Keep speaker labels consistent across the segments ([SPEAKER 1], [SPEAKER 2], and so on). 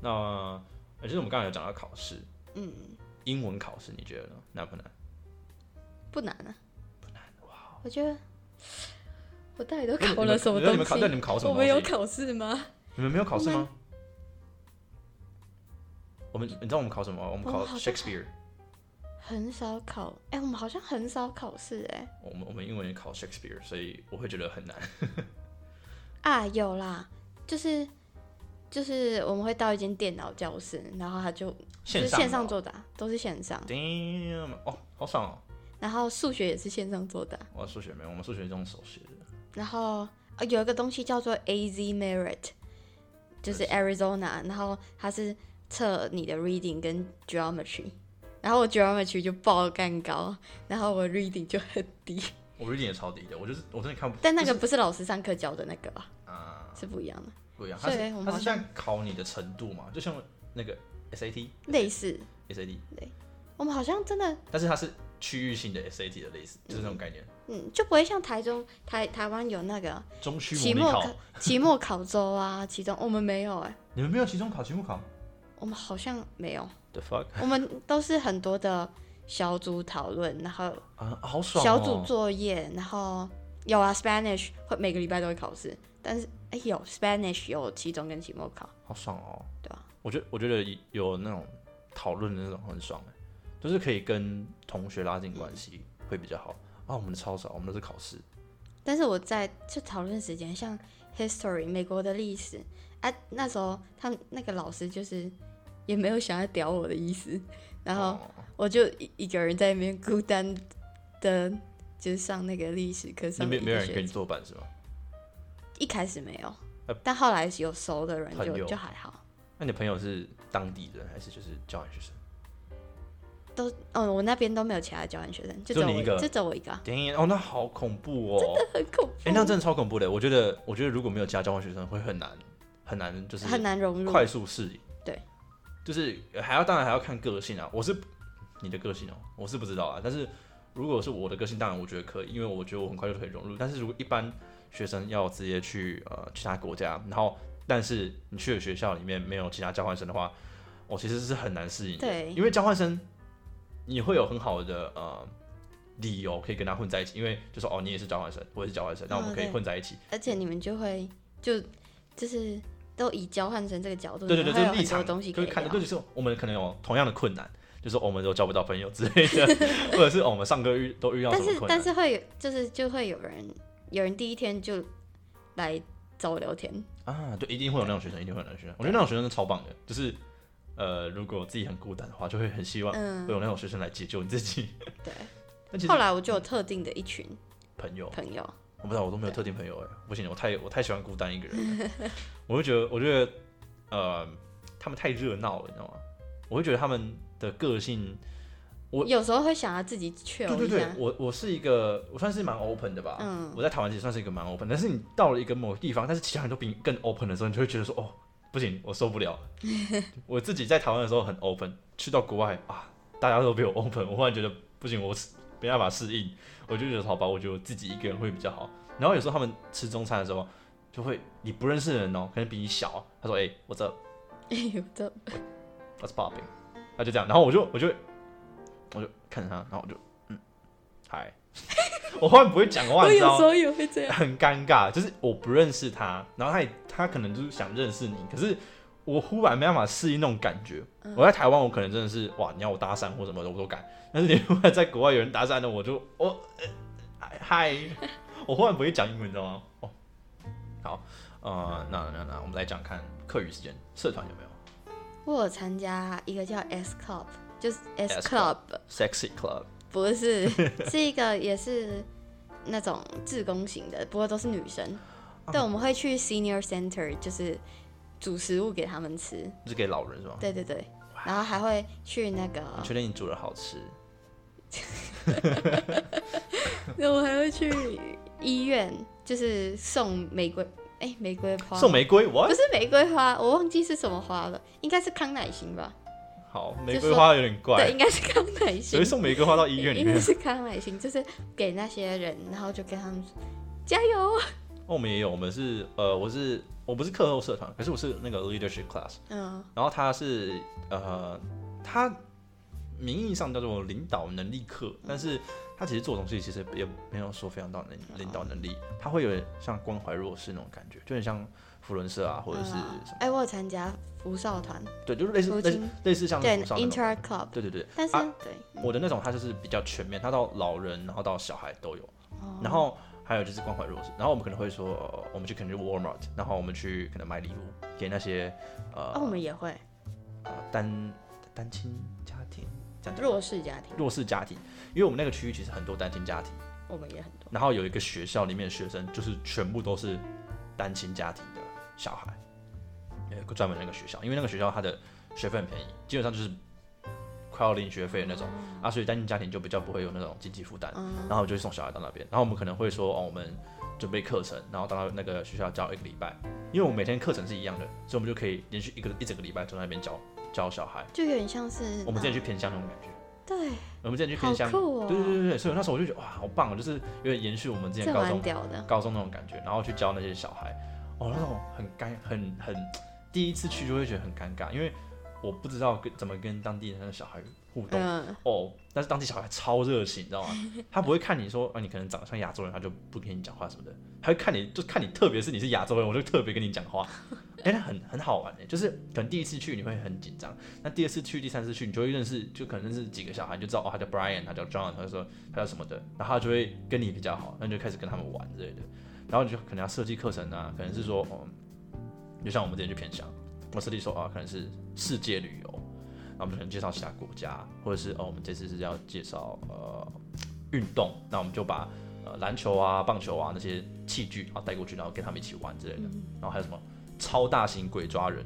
[SPEAKER 1] 那呃就是我们刚才有讲到考试，
[SPEAKER 2] 嗯，
[SPEAKER 1] 英文考试你觉得呢？难不难？
[SPEAKER 2] 不难啊，不难哇！我觉得我到底都考了什么
[SPEAKER 1] 哎你们你
[SPEAKER 2] 东
[SPEAKER 1] 们考？
[SPEAKER 2] 西？
[SPEAKER 1] 那你们考什么
[SPEAKER 2] 我
[SPEAKER 1] 东
[SPEAKER 2] 们有
[SPEAKER 1] 西？
[SPEAKER 2] 考试吗？
[SPEAKER 1] 你们没有考试吗？我们你知道我们考什么吗？我们
[SPEAKER 2] 我
[SPEAKER 1] 考
[SPEAKER 2] 哦好像
[SPEAKER 1] Shakespeare，
[SPEAKER 2] 很少考，哎、我们好像很少考试、哎
[SPEAKER 1] 我们我们英文也考 Shakespeare，所以我会觉得很难。
[SPEAKER 2] 啊，有啦，就是就是我们会到一间电脑教室，然后他就就是
[SPEAKER 1] 上哦
[SPEAKER 2] 线
[SPEAKER 1] 线
[SPEAKER 2] 上作答，都是线上，
[SPEAKER 1] ，damn，哦，好爽哦！
[SPEAKER 2] 然后数学也是线上作答，
[SPEAKER 1] 我数学没有，我们数学是用手写的。
[SPEAKER 2] 然后呃有一个东西叫做 A Z Merit，就是 Arizona，然后它是测你的 reading 跟 geometry，然后我 geometry 就爆干高，然后我 reading 就很低，
[SPEAKER 1] 我 reading 也超低的，我就是我真的看不。
[SPEAKER 2] 但那个
[SPEAKER 1] 就是
[SPEAKER 2] 不是老师上课教的那个啊，
[SPEAKER 1] 啊
[SPEAKER 2] 是不一样的，
[SPEAKER 1] 不一样，它
[SPEAKER 2] 所以
[SPEAKER 1] 是
[SPEAKER 2] 我们
[SPEAKER 1] 它
[SPEAKER 2] 好
[SPEAKER 1] 是像考你的程度嘛，就像那个 SAT
[SPEAKER 2] 类似，
[SPEAKER 1] SAT，
[SPEAKER 2] 我们好像真的
[SPEAKER 1] 但是它是区域性的 SAT 的类似，就是那种概念。
[SPEAKER 2] 嗯就不会像台中台台湾有那个
[SPEAKER 1] 中区模
[SPEAKER 2] 期
[SPEAKER 1] 拟
[SPEAKER 2] 末
[SPEAKER 1] 考
[SPEAKER 2] 考，期末考周啊，期中我们没有哎、
[SPEAKER 1] 你们没有期中考、期末考
[SPEAKER 2] 我们好像没有，
[SPEAKER 1] ？The fuck
[SPEAKER 2] 我们都是很多的小组讨论，然后
[SPEAKER 1] 啊，好爽、哦！
[SPEAKER 2] 小组作业，然后有啊，Spanish 会每个礼拜都会考试，但是哎、有 Spanish 有期中跟期末考，
[SPEAKER 1] 好爽哦！
[SPEAKER 2] 对啊，
[SPEAKER 1] 我觉得我觉得有那种讨论的那种很爽哎，就是可以跟同学拉近关系会比较好
[SPEAKER 2] 嗯
[SPEAKER 1] 啊。我们的超少，我们都是考试，
[SPEAKER 2] 但是我在就讨论时间，像 History 美国的历史，哎、啊，那时候他们那个老师就是也没有想要屌我的意思，然后
[SPEAKER 1] 哦
[SPEAKER 2] 我就一一个人在那边孤单的，就是上那个历史课
[SPEAKER 1] 那
[SPEAKER 2] 上
[SPEAKER 1] 没
[SPEAKER 2] 面
[SPEAKER 1] 没有人跟你作伴是吗？
[SPEAKER 2] 一开始没有
[SPEAKER 1] 呃，
[SPEAKER 2] 但后来有熟的人
[SPEAKER 1] 朋
[SPEAKER 2] 就
[SPEAKER 1] 友
[SPEAKER 2] 就还好。
[SPEAKER 1] 那你的朋友是当地人还是就是交换学生？
[SPEAKER 2] 都，嗯，我那边都没有其他交换学生，就
[SPEAKER 1] 就
[SPEAKER 2] 只有
[SPEAKER 1] 你
[SPEAKER 2] 我
[SPEAKER 1] 一个
[SPEAKER 2] 就只有我一个啊，
[SPEAKER 1] 等一哦，那好恐怖哦！
[SPEAKER 2] 很恐怖，
[SPEAKER 1] 哎、那真的超恐怖的。我觉得我觉得如果没有加交换学生会很难很难，就是
[SPEAKER 2] 很难融入。
[SPEAKER 1] 快速适应。
[SPEAKER 2] 嗯对，
[SPEAKER 1] 就是还要当然还要看个性啊。我是你的个性哦、我是不知道啊。但是如果是我的个性，当然我觉得可以，因为我觉得我很快就可以融入。但是如果一般学生要直接去呃其他国家，然后但是你去的学校里面没有其他交换生的话，我、其实是很难适应的。
[SPEAKER 2] 对
[SPEAKER 1] 因为交换生你会有很好的呃。理由可以跟他混在一起，因为就说哦，你也是交换生，我也是交换生，那我们
[SPEAKER 2] 哦
[SPEAKER 1] 可以
[SPEAKER 2] 对
[SPEAKER 1] 混在一起。
[SPEAKER 2] 而且你们就会就就是都以交换生这个角度，
[SPEAKER 1] 对对对，
[SPEAKER 2] 你
[SPEAKER 1] 就是
[SPEAKER 2] 们会有
[SPEAKER 1] 立
[SPEAKER 2] 很多
[SPEAKER 1] 场，
[SPEAKER 2] 东西可
[SPEAKER 1] 就
[SPEAKER 2] 以
[SPEAKER 1] 是看的，
[SPEAKER 2] 聊
[SPEAKER 1] 对，就是我们可能有同样的困难，就是我们都交不到朋友之类 的，或者是哦我们上个遇都遇到什
[SPEAKER 2] 但
[SPEAKER 1] 么
[SPEAKER 2] 是
[SPEAKER 1] 困难，
[SPEAKER 2] 但是会有就是就会有人有人第一天就来找我聊天，
[SPEAKER 1] 啊，对，一定会有那种学生，一定会有那种学生，我觉得那种学生是超棒的，就是呃，如果自己很孤单的话，就会很希望
[SPEAKER 2] 嗯
[SPEAKER 1] 会，有那种学生来解救你自 己。
[SPEAKER 2] 对。
[SPEAKER 1] 但哦其实
[SPEAKER 2] 后来我就有特定的一群
[SPEAKER 1] 朋友，
[SPEAKER 2] 朋友，
[SPEAKER 1] 我不知道，我都没有特定朋友哎，不行，我太我太喜欢孤单一个人 了，我会觉得，我觉得呃，他们太热闹了，你知道吗？我会觉得他们的个性我
[SPEAKER 2] 有时候会想要自己 chill
[SPEAKER 1] 对对
[SPEAKER 2] 一
[SPEAKER 1] 对
[SPEAKER 2] 下，，
[SPEAKER 1] 我我是一个，我算是蛮 open 的吧。
[SPEAKER 2] 嗯
[SPEAKER 1] 我在台湾其实算是一个蛮 open，但是你到了一个某个地方，但是其他人都比你更 open 的时候，你就会觉得说，哦，不行，我受不 了。我自己在台湾的时候很 open，去到国外啊，大家都比我 open，我忽然觉得不行，我没办法适应，我就觉得好吧，我觉得我自己一个人会比较好。然后有时候他们吃中餐的时候，就会你不认识的人哦，可能比你小，他说，哎、我这
[SPEAKER 2] 有的
[SPEAKER 1] What's popping？他就这样，然后我就我就我就看着他，然后我就嗯，嗨， 我忽然不会讲话，
[SPEAKER 2] 我
[SPEAKER 1] 你
[SPEAKER 2] 有
[SPEAKER 1] 知道
[SPEAKER 2] 时
[SPEAKER 1] 吗，
[SPEAKER 2] 候也会这样，
[SPEAKER 1] 很尴尬，就是我不认识他，然后他也他可能就是想认识你，可是我忽然没办法适应那种感觉。
[SPEAKER 2] 嗯
[SPEAKER 1] 我在台湾，我可能真的是哇，你要我搭讪或什么的我都敢，但是你忽然在国外有人搭讪的，我就我呃嗨，我忽然不会讲英文，你知道吗？哦，好，呃，那那那我们来讲看课余时间社团有没有
[SPEAKER 2] 我有参加一个叫 S Club，就是 S
[SPEAKER 1] S
[SPEAKER 2] Club
[SPEAKER 1] Club。sexy club？
[SPEAKER 2] 不 是，是一个也是那种志工型的，不过都是女生。
[SPEAKER 1] 哦
[SPEAKER 2] 对，我们会去 senior center，就是煮食物给他们吃。
[SPEAKER 1] 是给老人是吗？
[SPEAKER 2] 对对对，然后还会去那个，
[SPEAKER 1] 你确定你煮的好吃？
[SPEAKER 2] 我还会去医院，就是送玫瑰，哎、玫瑰花，
[SPEAKER 1] 送玫瑰
[SPEAKER 2] 不
[SPEAKER 1] ，what？
[SPEAKER 2] 是玫瑰花，我忘记是什么花了，应该是康乃馨吧？
[SPEAKER 1] 好，
[SPEAKER 2] 就
[SPEAKER 1] 玫
[SPEAKER 2] 说
[SPEAKER 1] 瑰花有点
[SPEAKER 2] 对，
[SPEAKER 1] 怪，
[SPEAKER 2] 应该是康乃馨
[SPEAKER 1] 谁会。送玫瑰花到医院里
[SPEAKER 2] 应该
[SPEAKER 1] 面？
[SPEAKER 2] 是康乃馨，就是给那些人，然后就跟他们说加油。
[SPEAKER 1] 哦，我们也有，我们是呃，我是我不是课后社团，可是我是那个 leadership class，
[SPEAKER 2] 嗯
[SPEAKER 1] 然后它是呃，它名义上叫做领导能力课，但是它其实做的东西其实也没有说非常到
[SPEAKER 2] 嗯
[SPEAKER 1] 领领导能力，它会有点像关怀弱势那种感觉，就很像福伦社啊，或者是
[SPEAKER 2] 嗯
[SPEAKER 1] 什么，
[SPEAKER 2] 哎，我有参加福少团，
[SPEAKER 1] 对，就是类似
[SPEAKER 2] 福
[SPEAKER 1] 类似
[SPEAKER 2] 清
[SPEAKER 1] 类似像
[SPEAKER 2] 对
[SPEAKER 1] 福少那种
[SPEAKER 2] Inter Club，
[SPEAKER 1] 对对对，
[SPEAKER 2] 但是
[SPEAKER 1] 啊
[SPEAKER 2] 对，
[SPEAKER 1] 我的那种它就是比较全面，它到老人，然后到小孩都有，
[SPEAKER 2] 哦
[SPEAKER 1] 然后还有就是关怀弱势，然后我们可能会说，呃我们去可能去 Walmart，然后我们去可能买礼物给那些
[SPEAKER 2] 啊，
[SPEAKER 1] 呃
[SPEAKER 2] 我们也会
[SPEAKER 1] 呃单单亲家庭，这样讲
[SPEAKER 2] 弱势家庭，
[SPEAKER 1] 弱势家庭，因为我们那个区域其实很多单亲家庭，
[SPEAKER 2] 我们也很多，
[SPEAKER 1] 然后有一个学校里面的学生就是全部都是单亲家庭的小孩，有一个专门那个学校，因为那个学校它的学费很便宜，基本上就是快要零学费的那种啊，所以单亲家庭就比较不会有那种经济负担，
[SPEAKER 2] 嗯
[SPEAKER 1] 然后就会送小孩到那边，然后我们可能会说哦，我们准备课程，然后到那个学校教一个礼拜，因为我们每天课程是一样的，所以我们就可以连续一个一整个礼拜都在那边教教小孩。
[SPEAKER 2] 就有点像是
[SPEAKER 1] 我们之前
[SPEAKER 2] 嗯
[SPEAKER 1] 去偏乡那种感觉，
[SPEAKER 2] 对，
[SPEAKER 1] 我们之前去
[SPEAKER 2] 好
[SPEAKER 1] 偏乡，
[SPEAKER 2] 酷哦，
[SPEAKER 1] 对对对对，所以那时候我就觉得哇，好棒哦，就是有点延续我们之前
[SPEAKER 2] 这
[SPEAKER 1] 高中
[SPEAKER 2] 蛮屌的，
[SPEAKER 1] 高中那种感觉，然后去教那些小孩，哦，那种很尴很很第一次去就会觉得很尴尬，因为我不知道跟怎么跟当地人的小孩互动、
[SPEAKER 2] 嗯，
[SPEAKER 1] 哦，但是当地小孩超热情，你知道吗？他不会看你说啊，你可能长得像亚洲人，他就不跟你讲话什么的，他会看你就看你，特别是你是亚洲人，我就特别跟你讲话，哎、那很很好玩哎，就是可能第一次去你会很紧张，那第二次去、第三次去，你就会认识，就可能认识几个小孩，你就知道哦，他叫 Brian，他叫 John，他说他叫什么的，然后他就会跟你比较好，那你就开始跟他们玩之类的，然后你就可能要设计课程啊，可能是说，哦，就像我们之前去偏乡，我设计说啊，可能是世界旅游，然后我们可能介绍其他国家，或者是哦，我们这次是要介绍呃运动，那我们就把呃篮球啊、棒球啊那些器具然后带过去，然后跟他们一起玩之类的，然后还有什么超大型鬼抓人，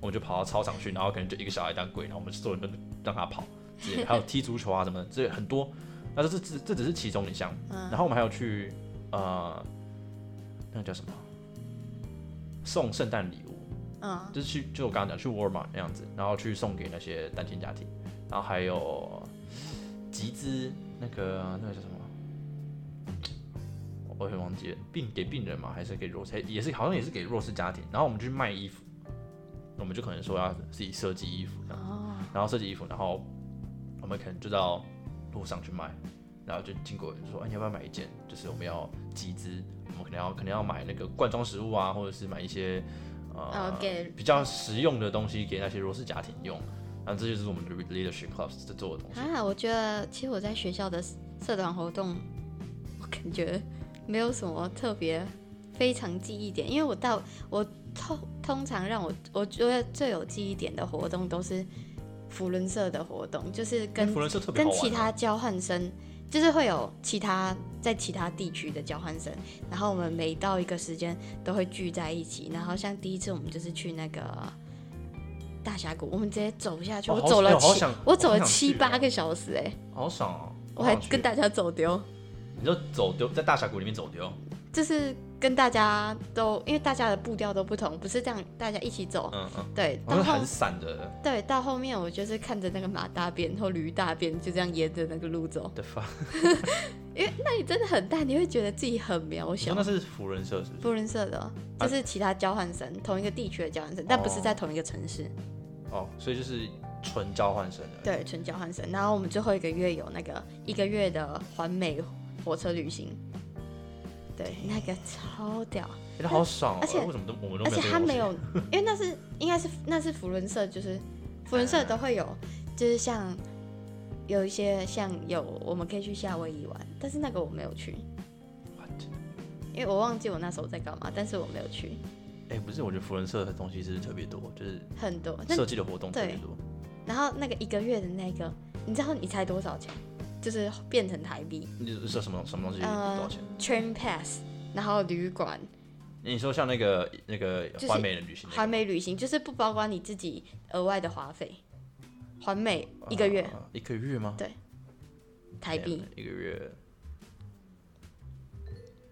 [SPEAKER 1] 我们就跑到操场去，然后可能就一个小孩当鬼，然后我们所有人都让他跑，之类的，还有踢足球啊什么的，这很多。那这这这只是其中一项，然后我们还有去呃，那个叫什么？送圣诞礼物，
[SPEAKER 2] 嗯，
[SPEAKER 1] 就是去，就我刚刚讲去沃尔玛那样子，然后去送给那些单亲家庭，然后还有集资那个那个叫什么，我也忘记了，病给病人嘛，还是给弱势，也是好像也是给弱势家庭，然后我们去卖衣服，我们就可能说要自己设计衣服这样子，
[SPEAKER 2] 哦，
[SPEAKER 1] 然后设计衣服，然后我们可能就到路上去卖，然后就经过有人就说，哎、你要不要买一件？就是我们要集资，我们可能要可能要买那个罐装食物啊，或者是买一些呃、
[SPEAKER 2] 哦给
[SPEAKER 1] 比较实用的东西给那些弱势家庭用。然后这就是我们的 leadership clubs 在做的东西。
[SPEAKER 2] 啊，我觉得其实我在学校的社团活动，我感觉没有什么特别非常记忆点，因为我到我通通常让我我觉得最有记忆点的活动都是福伦社的活动，就是跟
[SPEAKER 1] 福伦社特别好玩
[SPEAKER 2] 跟
[SPEAKER 1] 啊、
[SPEAKER 2] 其他交换生，就是会有其他在其他地区的交换生，然后我们每到一个时间都会聚在一起。然后像第一次我们就是去那个大峡谷，我们直接走下去，
[SPEAKER 1] 哦
[SPEAKER 2] 我
[SPEAKER 1] 好
[SPEAKER 2] 走了
[SPEAKER 1] 想好
[SPEAKER 2] 七
[SPEAKER 1] 想，
[SPEAKER 2] 我走
[SPEAKER 1] 好
[SPEAKER 2] 了
[SPEAKER 1] 想
[SPEAKER 2] 七
[SPEAKER 1] 去哦
[SPEAKER 2] 八个小时哎、
[SPEAKER 1] 好爽哦！
[SPEAKER 2] 我
[SPEAKER 1] 好
[SPEAKER 2] 还
[SPEAKER 1] 想去
[SPEAKER 2] 跟大家走丢，
[SPEAKER 1] 你就走丢在大峡谷里面走
[SPEAKER 2] 哦
[SPEAKER 1] 丢，
[SPEAKER 2] 就是跟大家都因为大家的步调都不同，不是这样大家一起走。
[SPEAKER 1] 嗯嗯，
[SPEAKER 2] 对，
[SPEAKER 1] 我
[SPEAKER 2] 到
[SPEAKER 1] 是
[SPEAKER 2] 后
[SPEAKER 1] 很散的
[SPEAKER 2] 对到后面，我就是看着那个马大便或驴大便，就这样沿着那个路走。
[SPEAKER 1] 的发。
[SPEAKER 2] 那你真的很大，你会觉得自己很渺
[SPEAKER 1] 你
[SPEAKER 2] 小
[SPEAKER 1] 说。哦那是福人社是不是？
[SPEAKER 2] 不伦社
[SPEAKER 1] 啊
[SPEAKER 2] 的，就是其他交换生，同一个地区的交换生，但不是在同一个城市。
[SPEAKER 1] 哦，所以就是纯交换生的。
[SPEAKER 2] 对，纯交换生。然后我们最后一个月有那个一个月的环美火车旅行，对，那个超屌，
[SPEAKER 1] 欸那好爽哦！
[SPEAKER 2] 而且
[SPEAKER 1] 为什么都我们都没有
[SPEAKER 2] 而且
[SPEAKER 1] 这个
[SPEAKER 2] 他
[SPEAKER 1] 东西
[SPEAKER 2] 没有， 因为那是应该是那是福伦社，就是福伦社都会有，就是像有一些像有我们可以去夏威夷玩，但是那个我没有去，
[SPEAKER 1] What？
[SPEAKER 2] 因为我忘记我那时候在干嘛，但是我没有去
[SPEAKER 1] 哎、不是，我觉得福伦社的东西是特别多，就是
[SPEAKER 2] 很多。哦那
[SPEAKER 1] 设计的活动特别多。
[SPEAKER 2] 然后那个一个月的那个，你知道你猜多少钱？就是变成台币
[SPEAKER 1] 你说什么什么东西多
[SPEAKER 2] 呃
[SPEAKER 1] 少钱？
[SPEAKER 2] ，train pass，然后旅馆、
[SPEAKER 1] 你说像那个那个
[SPEAKER 2] 就是
[SPEAKER 1] 环美人旅行、那个
[SPEAKER 2] 环美旅行，就是不包括你自己额外的花费。环美一个月、
[SPEAKER 1] 呃一个月吗？
[SPEAKER 2] 台币
[SPEAKER 1] 一个月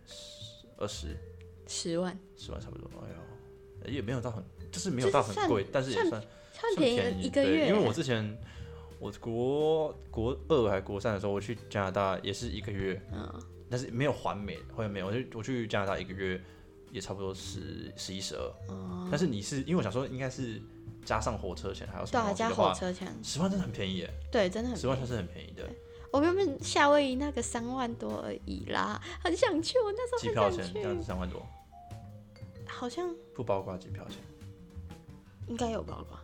[SPEAKER 1] 十二十
[SPEAKER 2] 十万，
[SPEAKER 1] 十万差不多。哎呦，也没有到很，就是没有到很
[SPEAKER 2] 就是算
[SPEAKER 1] 贵，但是也算
[SPEAKER 2] 算
[SPEAKER 1] 算
[SPEAKER 2] 便宜了一个
[SPEAKER 1] 对
[SPEAKER 2] 月。
[SPEAKER 1] 因为我之前我国国二还国三的时候，我去
[SPEAKER 2] 嗯
[SPEAKER 1] 加拿大也是一个月，但是没有环美，后来没有，我去我去加拿大一个月，也差不多十十一十二。
[SPEAKER 2] 哦
[SPEAKER 1] 但是你是因为我想说应该是加上火车钱还有什
[SPEAKER 2] 对
[SPEAKER 1] 么
[SPEAKER 2] 啊，
[SPEAKER 1] 东西
[SPEAKER 2] 加
[SPEAKER 1] 的
[SPEAKER 2] 火
[SPEAKER 1] 话，
[SPEAKER 2] 车钱，
[SPEAKER 1] 十万真的很便宜耶，
[SPEAKER 2] 对，真的很
[SPEAKER 1] 十万算是很便宜的。
[SPEAKER 2] 我原本夏威夷那个三万多而已啦，很想去，我那时候
[SPEAKER 1] 机
[SPEAKER 2] 很
[SPEAKER 1] 票
[SPEAKER 2] 想
[SPEAKER 1] 钱这样子
[SPEAKER 2] 去，
[SPEAKER 1] 三万多，
[SPEAKER 2] 好像
[SPEAKER 1] 不包括机票钱。
[SPEAKER 2] 应该有包吧。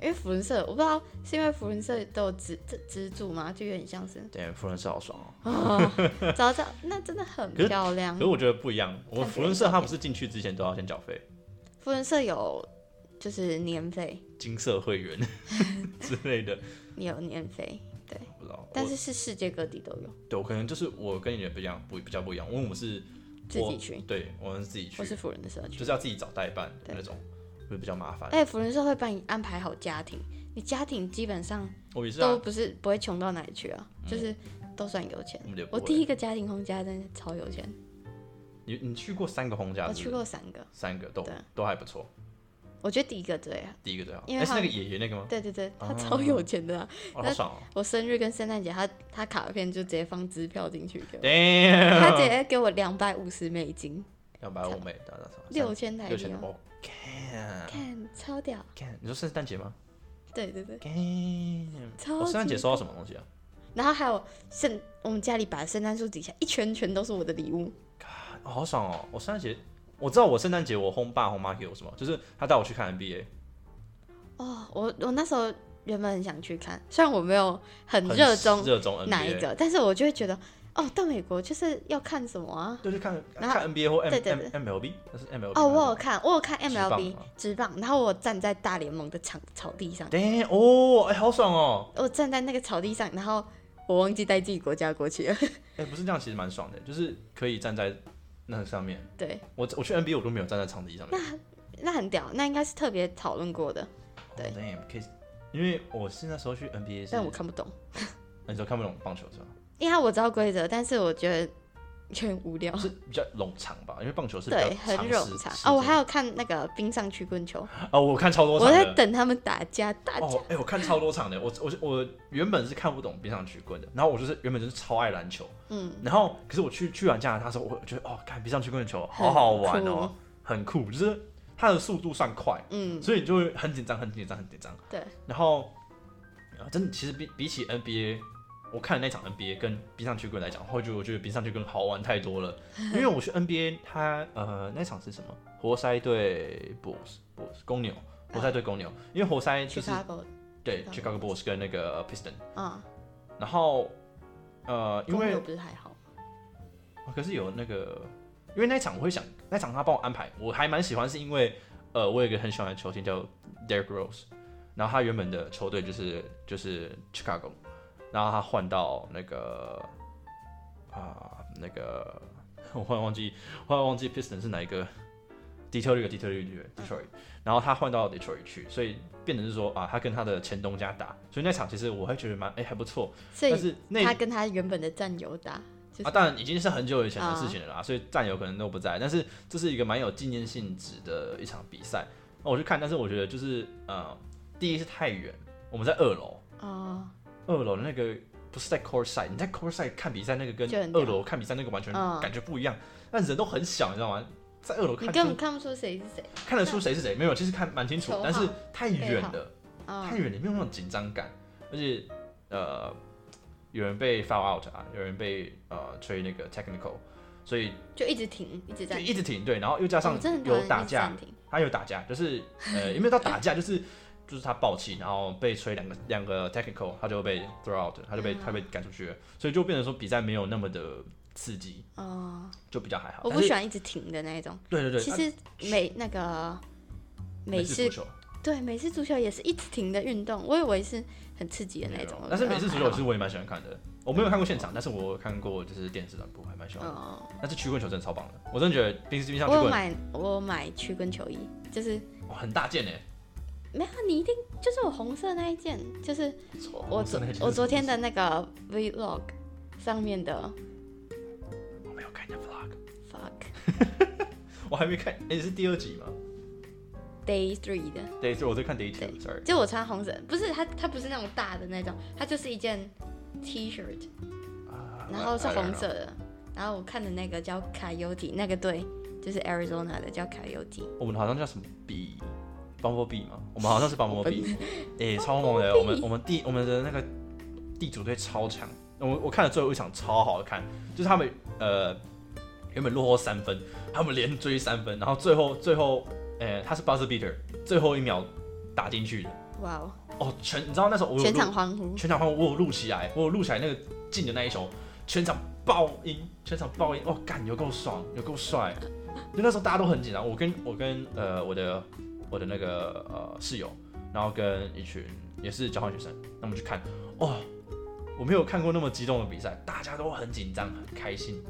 [SPEAKER 2] 因为福伦社，我不知道是因为福伦社都有资资资助吗？就有点像是，
[SPEAKER 1] 对，福伦社好爽哦、
[SPEAKER 2] 早知道那真的很
[SPEAKER 1] 可是
[SPEAKER 2] 漂亮
[SPEAKER 1] 可是。我觉得不一样，我
[SPEAKER 2] 嗯看
[SPEAKER 1] 们
[SPEAKER 2] 别
[SPEAKER 1] 福伦
[SPEAKER 2] 人
[SPEAKER 1] 社
[SPEAKER 2] 照
[SPEAKER 1] 它
[SPEAKER 2] 片
[SPEAKER 1] 不是进去之前都要先缴费，
[SPEAKER 2] 福伦社有就是年费，
[SPEAKER 1] 金色会员 之类的，
[SPEAKER 2] 你有年费，对，
[SPEAKER 1] 不 知道。
[SPEAKER 2] 但
[SPEAKER 1] 我
[SPEAKER 2] 是是世界各地都有，
[SPEAKER 1] 对我可能就是我跟你的不一样，不比较不一样，因为我们是
[SPEAKER 2] 自
[SPEAKER 1] 我
[SPEAKER 2] 己去，
[SPEAKER 1] 对，我们是自己去
[SPEAKER 2] 我，是福伦的社
[SPEAKER 1] 就
[SPEAKER 2] 区。
[SPEAKER 1] 是要自己找代办的
[SPEAKER 2] 对
[SPEAKER 1] 那种，会比较麻烦。
[SPEAKER 2] 哎，福伦社会帮你安排好家庭，你家庭基本上
[SPEAKER 1] 我也是
[SPEAKER 2] 都
[SPEAKER 1] 啊，嗯
[SPEAKER 2] 不是不会穷到哪里去啊，就是都算有钱
[SPEAKER 1] 我。们也不
[SPEAKER 2] 我
[SPEAKER 1] 会
[SPEAKER 2] 第一个家庭轰家真的超有钱，
[SPEAKER 1] 你你去过三个红家
[SPEAKER 2] 我
[SPEAKER 1] 是不是
[SPEAKER 2] 去过三个，
[SPEAKER 1] 三个都
[SPEAKER 2] 对
[SPEAKER 1] 都还不错，
[SPEAKER 2] 我觉得第一个最好。
[SPEAKER 1] 第一个最好。
[SPEAKER 2] 因为
[SPEAKER 1] 哎，是
[SPEAKER 2] 他
[SPEAKER 1] 那
[SPEAKER 2] 们
[SPEAKER 1] 个爷爷那个吗？
[SPEAKER 2] 对对对，他
[SPEAKER 1] 哦
[SPEAKER 2] 超有钱的、啊。
[SPEAKER 1] 哦，好
[SPEAKER 2] 那
[SPEAKER 1] 爽哦
[SPEAKER 2] 我生日跟圣诞节，他他卡片就直接放支票进去 给我，他直
[SPEAKER 1] ！Damn，
[SPEAKER 2] 接给我两百五十美金，
[SPEAKER 1] 两百五美，打打打
[SPEAKER 2] 六千台
[SPEAKER 1] 六
[SPEAKER 2] 币
[SPEAKER 1] 千
[SPEAKER 2] 哦，
[SPEAKER 1] 哦，干
[SPEAKER 2] 看超屌。
[SPEAKER 1] 干，你说圣诞节吗？
[SPEAKER 2] 对对对，
[SPEAKER 1] 干，
[SPEAKER 2] 超
[SPEAKER 1] 我圣诞节
[SPEAKER 2] 级
[SPEAKER 1] 收到什么东西啊？
[SPEAKER 2] 然后还有圣，我们家里摆的圣诞树底下一圈全都是我的礼物，
[SPEAKER 1] 哦好爽哦！我圣诞节我知道我圣诞节我轰爸轰妈给我什么，就是他带我去看 NBA，
[SPEAKER 2] 哦，我我那时候原本很想去看，虽然我没有很
[SPEAKER 1] 很
[SPEAKER 2] 热衷
[SPEAKER 1] 热衷 NBA
[SPEAKER 2] 哪一？个，但是我就会觉得，哦，到美国就是要看什么啊？
[SPEAKER 1] 对，就看
[SPEAKER 2] 然后
[SPEAKER 1] 看 NBA 或 M
[SPEAKER 2] 对对
[SPEAKER 1] M MLB，那是 MLB
[SPEAKER 2] 哦，我有看，我有看
[SPEAKER 1] 职棒
[SPEAKER 2] MLB
[SPEAKER 1] 吗
[SPEAKER 2] 直棒，然后我站在大联盟的场草地上，
[SPEAKER 1] 对哦，哎、好爽哦！
[SPEAKER 2] 我站在那个草地上，然后我忘记带自己国家国旗了。
[SPEAKER 1] 哎、不是这样，其实蛮爽的，就是可以站在那上面。
[SPEAKER 2] 对，
[SPEAKER 1] 我我去 NBA 我都没有站在场地上面。哦
[SPEAKER 2] 那很屌，那应该是特别讨论过的，对
[SPEAKER 1] 哦、，damn，可以，因为我是那时候去 NBA 是，
[SPEAKER 2] 但我看不懂，
[SPEAKER 1] 那时候看不懂棒球是吧？
[SPEAKER 2] 因为我知道规则，但是我觉得有点无聊。
[SPEAKER 1] 是比较冗长吧，因为棒球是比较
[SPEAKER 2] 哦对，很
[SPEAKER 1] 时
[SPEAKER 2] 冗长
[SPEAKER 1] 时
[SPEAKER 2] 哦。我
[SPEAKER 1] 间
[SPEAKER 2] 还有看那个冰上曲棍球，
[SPEAKER 1] 哦，我看超多场
[SPEAKER 2] 我
[SPEAKER 1] 的。
[SPEAKER 2] 在等他们打架，打架
[SPEAKER 1] 哦，哎、我看超多场的，我我我原本是看不懂冰上曲棍的，然后我就是原本就是超爱篮球，嗯，然后可是我去去完加拿大的时候，我觉得哦，看冰上曲棍球好好玩哦，很酷，就是它的速度算快，
[SPEAKER 2] 嗯，
[SPEAKER 1] 所以你就会很紧张，很紧张，很紧张。
[SPEAKER 2] 对，
[SPEAKER 1] 然后，啊，真的其实比比起 NBA，我看的那场 NBA 跟冰上曲棍来讲，我觉得我觉得冰上曲棍好玩太多了，因为我去 NBA 它呃那场是什么？活塞对 Bulls Bulls 公牛，活塞对公牛，因为活塞
[SPEAKER 2] 去
[SPEAKER 1] 就是
[SPEAKER 2] 卡狗，
[SPEAKER 1] 对 Chicago
[SPEAKER 2] Chicago
[SPEAKER 1] Bulls 跟那个呃 Piston，
[SPEAKER 2] 啊，
[SPEAKER 1] 然后呃，因
[SPEAKER 2] 公
[SPEAKER 1] 为
[SPEAKER 2] 牛不是还好吗，
[SPEAKER 1] 哦可是有那个，因为那一场我会想，那一场他帮我安排，我还蛮喜欢，是因为呃，我有一个很喜欢的球星叫 Derrick Rose，然后他原本的球队就是就是 Chicago，然后他换到那个啊、那个我忽然忘记，忽然忘记 Piston 是哪一个。底特律的底特律队 Detroit，、然后他换到 Detroit 去，所以变成是说啊，他跟他的前东家打，所以那场其实我还觉得蛮哎、还不错，
[SPEAKER 2] 所
[SPEAKER 1] 但
[SPEAKER 2] 以
[SPEAKER 1] 是那
[SPEAKER 2] 他跟他原本的战友打，就是
[SPEAKER 1] 啊，当然已经是很久以前的
[SPEAKER 2] 啊
[SPEAKER 1] 事情了啦，所以战友可能都不在，但是这是一个蛮有纪念性质的一场比赛。那我去看，但是我觉得就是呃，第一是太远，我们在二楼，
[SPEAKER 2] 哦，
[SPEAKER 1] 二楼那个不是在 court side，你在 court side 看比赛那个跟
[SPEAKER 2] 就很
[SPEAKER 1] 二楼看比赛那个完全
[SPEAKER 2] 嗯
[SPEAKER 1] 感觉不一样，但人都很小，你知道吗？在二楼
[SPEAKER 2] 你
[SPEAKER 1] 看
[SPEAKER 2] 根本
[SPEAKER 1] 出
[SPEAKER 2] 看不出谁是谁
[SPEAKER 1] 看得出谁是谁，没有，其实看蛮清楚
[SPEAKER 2] 球，
[SPEAKER 1] 但是
[SPEAKER 2] 号
[SPEAKER 1] 太远
[SPEAKER 2] 号
[SPEAKER 1] 了。
[SPEAKER 2] 啊
[SPEAKER 1] 太，远了，没有那种紧张感，而且呃，有人被 foul out 啊，有人被呃吹那个 technical，所以
[SPEAKER 2] 就一直停，一直
[SPEAKER 1] 就
[SPEAKER 2] 在
[SPEAKER 1] 一直停对，然后又加上
[SPEAKER 2] 我真的很讨厌
[SPEAKER 1] 有打
[SPEAKER 2] 一直
[SPEAKER 1] 架
[SPEAKER 2] 暂，停
[SPEAKER 1] 他有打架， 就是呃，也没有到打架，就是就是他爆气，然后被吹两个两个 technical，他就被 throw out，他就
[SPEAKER 2] 嗯
[SPEAKER 1] 被、他被赶出去了，所以就变成说比赛没有那么的刺激，
[SPEAKER 2] 哦，
[SPEAKER 1] 就比较还好。
[SPEAKER 2] 我
[SPEAKER 1] 但
[SPEAKER 2] 不
[SPEAKER 1] 是
[SPEAKER 2] 喜欢一直停的那一种。
[SPEAKER 1] 对对对，
[SPEAKER 2] 其
[SPEAKER 1] 啊
[SPEAKER 2] 实美那个美
[SPEAKER 1] 式
[SPEAKER 2] 式
[SPEAKER 1] 足球
[SPEAKER 2] 对美式足球也是一直停的运动，我以为是很刺激的嗯那种
[SPEAKER 1] 没
[SPEAKER 2] 哦
[SPEAKER 1] 有，但是美式足球其实
[SPEAKER 2] 是
[SPEAKER 1] 我也蛮喜欢看的。我没有看过现场，但是我有看过就是电视转播，还蛮喜欢的。
[SPEAKER 2] 哦，
[SPEAKER 1] 但是曲棍球真的超棒的，我真的觉得冰冰上
[SPEAKER 2] 我
[SPEAKER 1] 曲
[SPEAKER 2] 有
[SPEAKER 1] 棍
[SPEAKER 2] 买我有买曲棍球衣，就是
[SPEAKER 1] 哇很大件哎，
[SPEAKER 2] 没有你一定就是我红色那一件，就是我
[SPEAKER 1] 红
[SPEAKER 2] 昨
[SPEAKER 1] 色那一件
[SPEAKER 2] 我昨天的那个 vlog 上面的
[SPEAKER 1] 我没有看你的 vlog，
[SPEAKER 2] fuck
[SPEAKER 1] 我还没看，哎、是第二集吗？
[SPEAKER 2] day three 的，
[SPEAKER 1] 对，是我在看 day
[SPEAKER 2] 对
[SPEAKER 1] two，sorry，
[SPEAKER 2] 就我穿红色，不是它它不是那种大的那种，它就是一件 T 恤
[SPEAKER 1] 啊
[SPEAKER 2] 然后是
[SPEAKER 1] I don't
[SPEAKER 2] 红
[SPEAKER 1] know
[SPEAKER 2] 色的，然后我看的那个叫 Coyote 那个队就是 Arizona 的叫卡尤蒂。
[SPEAKER 1] 我们好像叫什么比 Bumblebee 吗？我们好像是
[SPEAKER 2] 哦
[SPEAKER 1] Bumblebee，哎、超猛的！我们我们地我们的那个地主队超强，我我看了最后一场超好看，就是他们呃原本落后三分，他们连追三分，然后最后最后呃他是 buzzer beater，最后一秒打进去的。
[SPEAKER 2] 哇哦，
[SPEAKER 1] 哦，全你知道那时候我有
[SPEAKER 2] 全
[SPEAKER 1] 录
[SPEAKER 2] 场欢呼，
[SPEAKER 1] 全场欢呼，我有录起来，我有录起来那个进的那一球，全场爆音，全场爆音，哦，干有够爽，有够帅。就那时候大家都很紧张，我跟我跟呃我的我的那个呃室友，然后跟一群也是交换学生，那我们去看，哇、哦，我没有看过那么激动的比赛，大家都很紧张，很开心，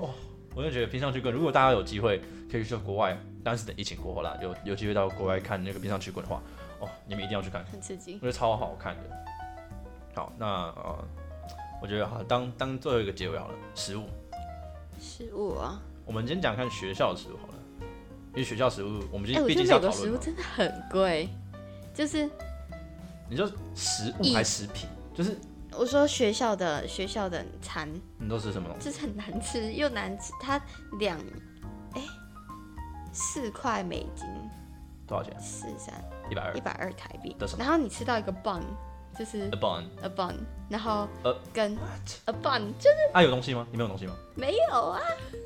[SPEAKER 1] 哦，我就觉得冰上曲棍，如果大家有机会可以去国外，当然是等疫情过后啦，有有机会到国外看那个冰上曲棍的话，哦，你们一定要去看。
[SPEAKER 2] 很刺激。
[SPEAKER 1] 我觉得超好看的。好，那呃，我觉得好当当最后一个结尾好了，食物。
[SPEAKER 2] 食物啊，
[SPEAKER 1] 我们先讲看学校的食物好了，因为学校食物我们今
[SPEAKER 2] 哎、
[SPEAKER 1] 天
[SPEAKER 2] 我
[SPEAKER 1] 毕
[SPEAKER 2] 觉
[SPEAKER 1] 竟
[SPEAKER 2] 得
[SPEAKER 1] 是要讨
[SPEAKER 2] 美国食
[SPEAKER 1] 论
[SPEAKER 2] 物
[SPEAKER 1] 嘛。
[SPEAKER 2] 真的很贵，就是
[SPEAKER 1] 你说食物还是食品？就是
[SPEAKER 2] 我说学校的学校的餐，
[SPEAKER 1] 你都吃什么东西？
[SPEAKER 2] 就是很难吃又难吃，它两哎四块美金，
[SPEAKER 1] 多少钱？
[SPEAKER 2] 四三
[SPEAKER 1] 一百二
[SPEAKER 2] 一。百二台币
[SPEAKER 1] 的什，么
[SPEAKER 2] 然后你吃到一个 bun，就是
[SPEAKER 1] A bun。
[SPEAKER 2] a bun，然后
[SPEAKER 1] 呃
[SPEAKER 2] 跟
[SPEAKER 1] What？
[SPEAKER 2] a bun 就
[SPEAKER 1] 啊，有东西吗？你没有东西吗
[SPEAKER 2] 没有啊，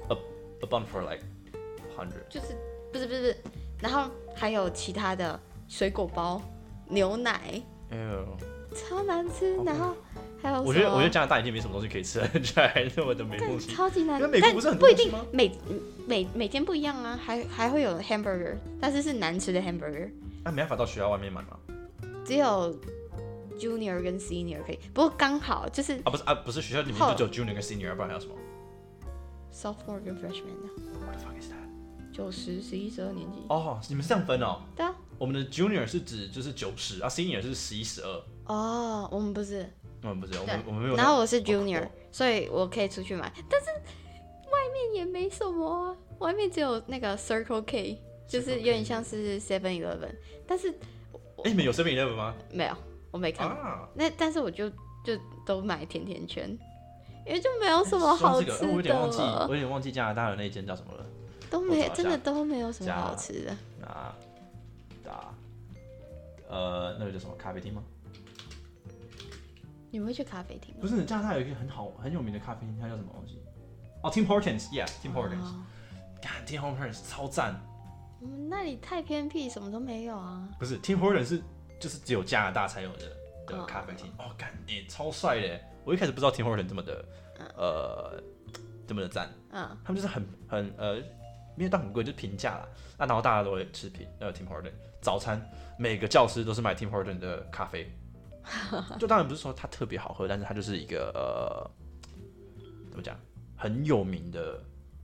[SPEAKER 1] ？A bun for like hundred。
[SPEAKER 2] 就是不是不是不是，然后还有其他的水果包、牛奶，
[SPEAKER 1] 哎
[SPEAKER 2] 啊
[SPEAKER 1] 呦，
[SPEAKER 2] 超难吃，然后还有
[SPEAKER 1] 我觉得
[SPEAKER 2] 什么
[SPEAKER 1] 我觉得加拿大已经没什么东西可以吃了， 居然还那么的没
[SPEAKER 2] 干
[SPEAKER 1] 东西。
[SPEAKER 2] 超级难
[SPEAKER 1] 因为，美国
[SPEAKER 2] 但
[SPEAKER 1] 不是很
[SPEAKER 2] 不
[SPEAKER 1] 多
[SPEAKER 2] 一
[SPEAKER 1] 东西
[SPEAKER 2] 定
[SPEAKER 1] 吗
[SPEAKER 2] 每每每天不一样啊，还还会有 hamburger，但是是难吃的 hamburger，
[SPEAKER 1] 那、啊没办法到学校外面买吗？
[SPEAKER 2] 只有 junior 跟 senior 可以，不过刚好就是
[SPEAKER 1] 啊，不是啊，不是学校里面
[SPEAKER 2] 好
[SPEAKER 1] 就只有 junior 跟 senior，不然还有什么
[SPEAKER 2] sophomore 跟 freshman 的、
[SPEAKER 1] ？What the fuck is that？
[SPEAKER 2] 九十、十一、十二年级，
[SPEAKER 1] 哦，你们是这样分哦。
[SPEAKER 2] 对啊，
[SPEAKER 1] 我们的 junior 是指就是九十啊，senior 是十一十二。
[SPEAKER 2] 哦，我们不是，
[SPEAKER 1] 我们不是，我
[SPEAKER 2] 对
[SPEAKER 1] 们我们没有那。
[SPEAKER 2] 然后我是
[SPEAKER 1] 哦
[SPEAKER 2] junior，
[SPEAKER 1] 哦
[SPEAKER 2] 所以我可以出去买，但是外面也没什么啊，外面只有那个 Circle K，就是有点像是 Seven Eleven，但是
[SPEAKER 1] 哎，你们有 Seven Eleven 吗？
[SPEAKER 2] 没有，我没看。
[SPEAKER 1] 啊，
[SPEAKER 2] 那但是我就就都买甜甜圈，因为就没有什
[SPEAKER 1] 说
[SPEAKER 2] 么
[SPEAKER 1] 到
[SPEAKER 2] 好
[SPEAKER 1] 这个
[SPEAKER 2] 吃的
[SPEAKER 1] 哎我有点忘记，我
[SPEAKER 2] 了，
[SPEAKER 1] 有点忘记加拿大的那一间叫什么了。
[SPEAKER 2] 都没
[SPEAKER 1] 我找一下
[SPEAKER 2] 真的都没有什么好吃的。
[SPEAKER 1] 那打啊呃，那个叫什么咖啡厅吗？
[SPEAKER 2] 你们会去咖啡厅吗？
[SPEAKER 1] 不是，加拿大有一个很好很有名的咖啡厅，它叫什么东西？哦，Tim Hortons，yeah，Tim Hortons，
[SPEAKER 2] 哦
[SPEAKER 1] 干 Tim Hortons 超赞，
[SPEAKER 2] 我们那里太偏僻，什么都没有啊。
[SPEAKER 1] 不是 Tim Hortons 是就是只有加拿大才有的的
[SPEAKER 2] 哦
[SPEAKER 1] 咖啡厅。哦，干你、欸超帅的！我一开始不知道 Tim Hortons 这么的呃这么的赞，
[SPEAKER 2] 嗯，
[SPEAKER 1] 他们就是很很呃没有到很贵，就是平价啦。那然后大家都会吃平呃 Tim Hortons 早餐，每个教师都是买 Tim Hortons 的咖啡。 就当然不是说它特别好喝，但是它就是一个呃怎么讲很有名的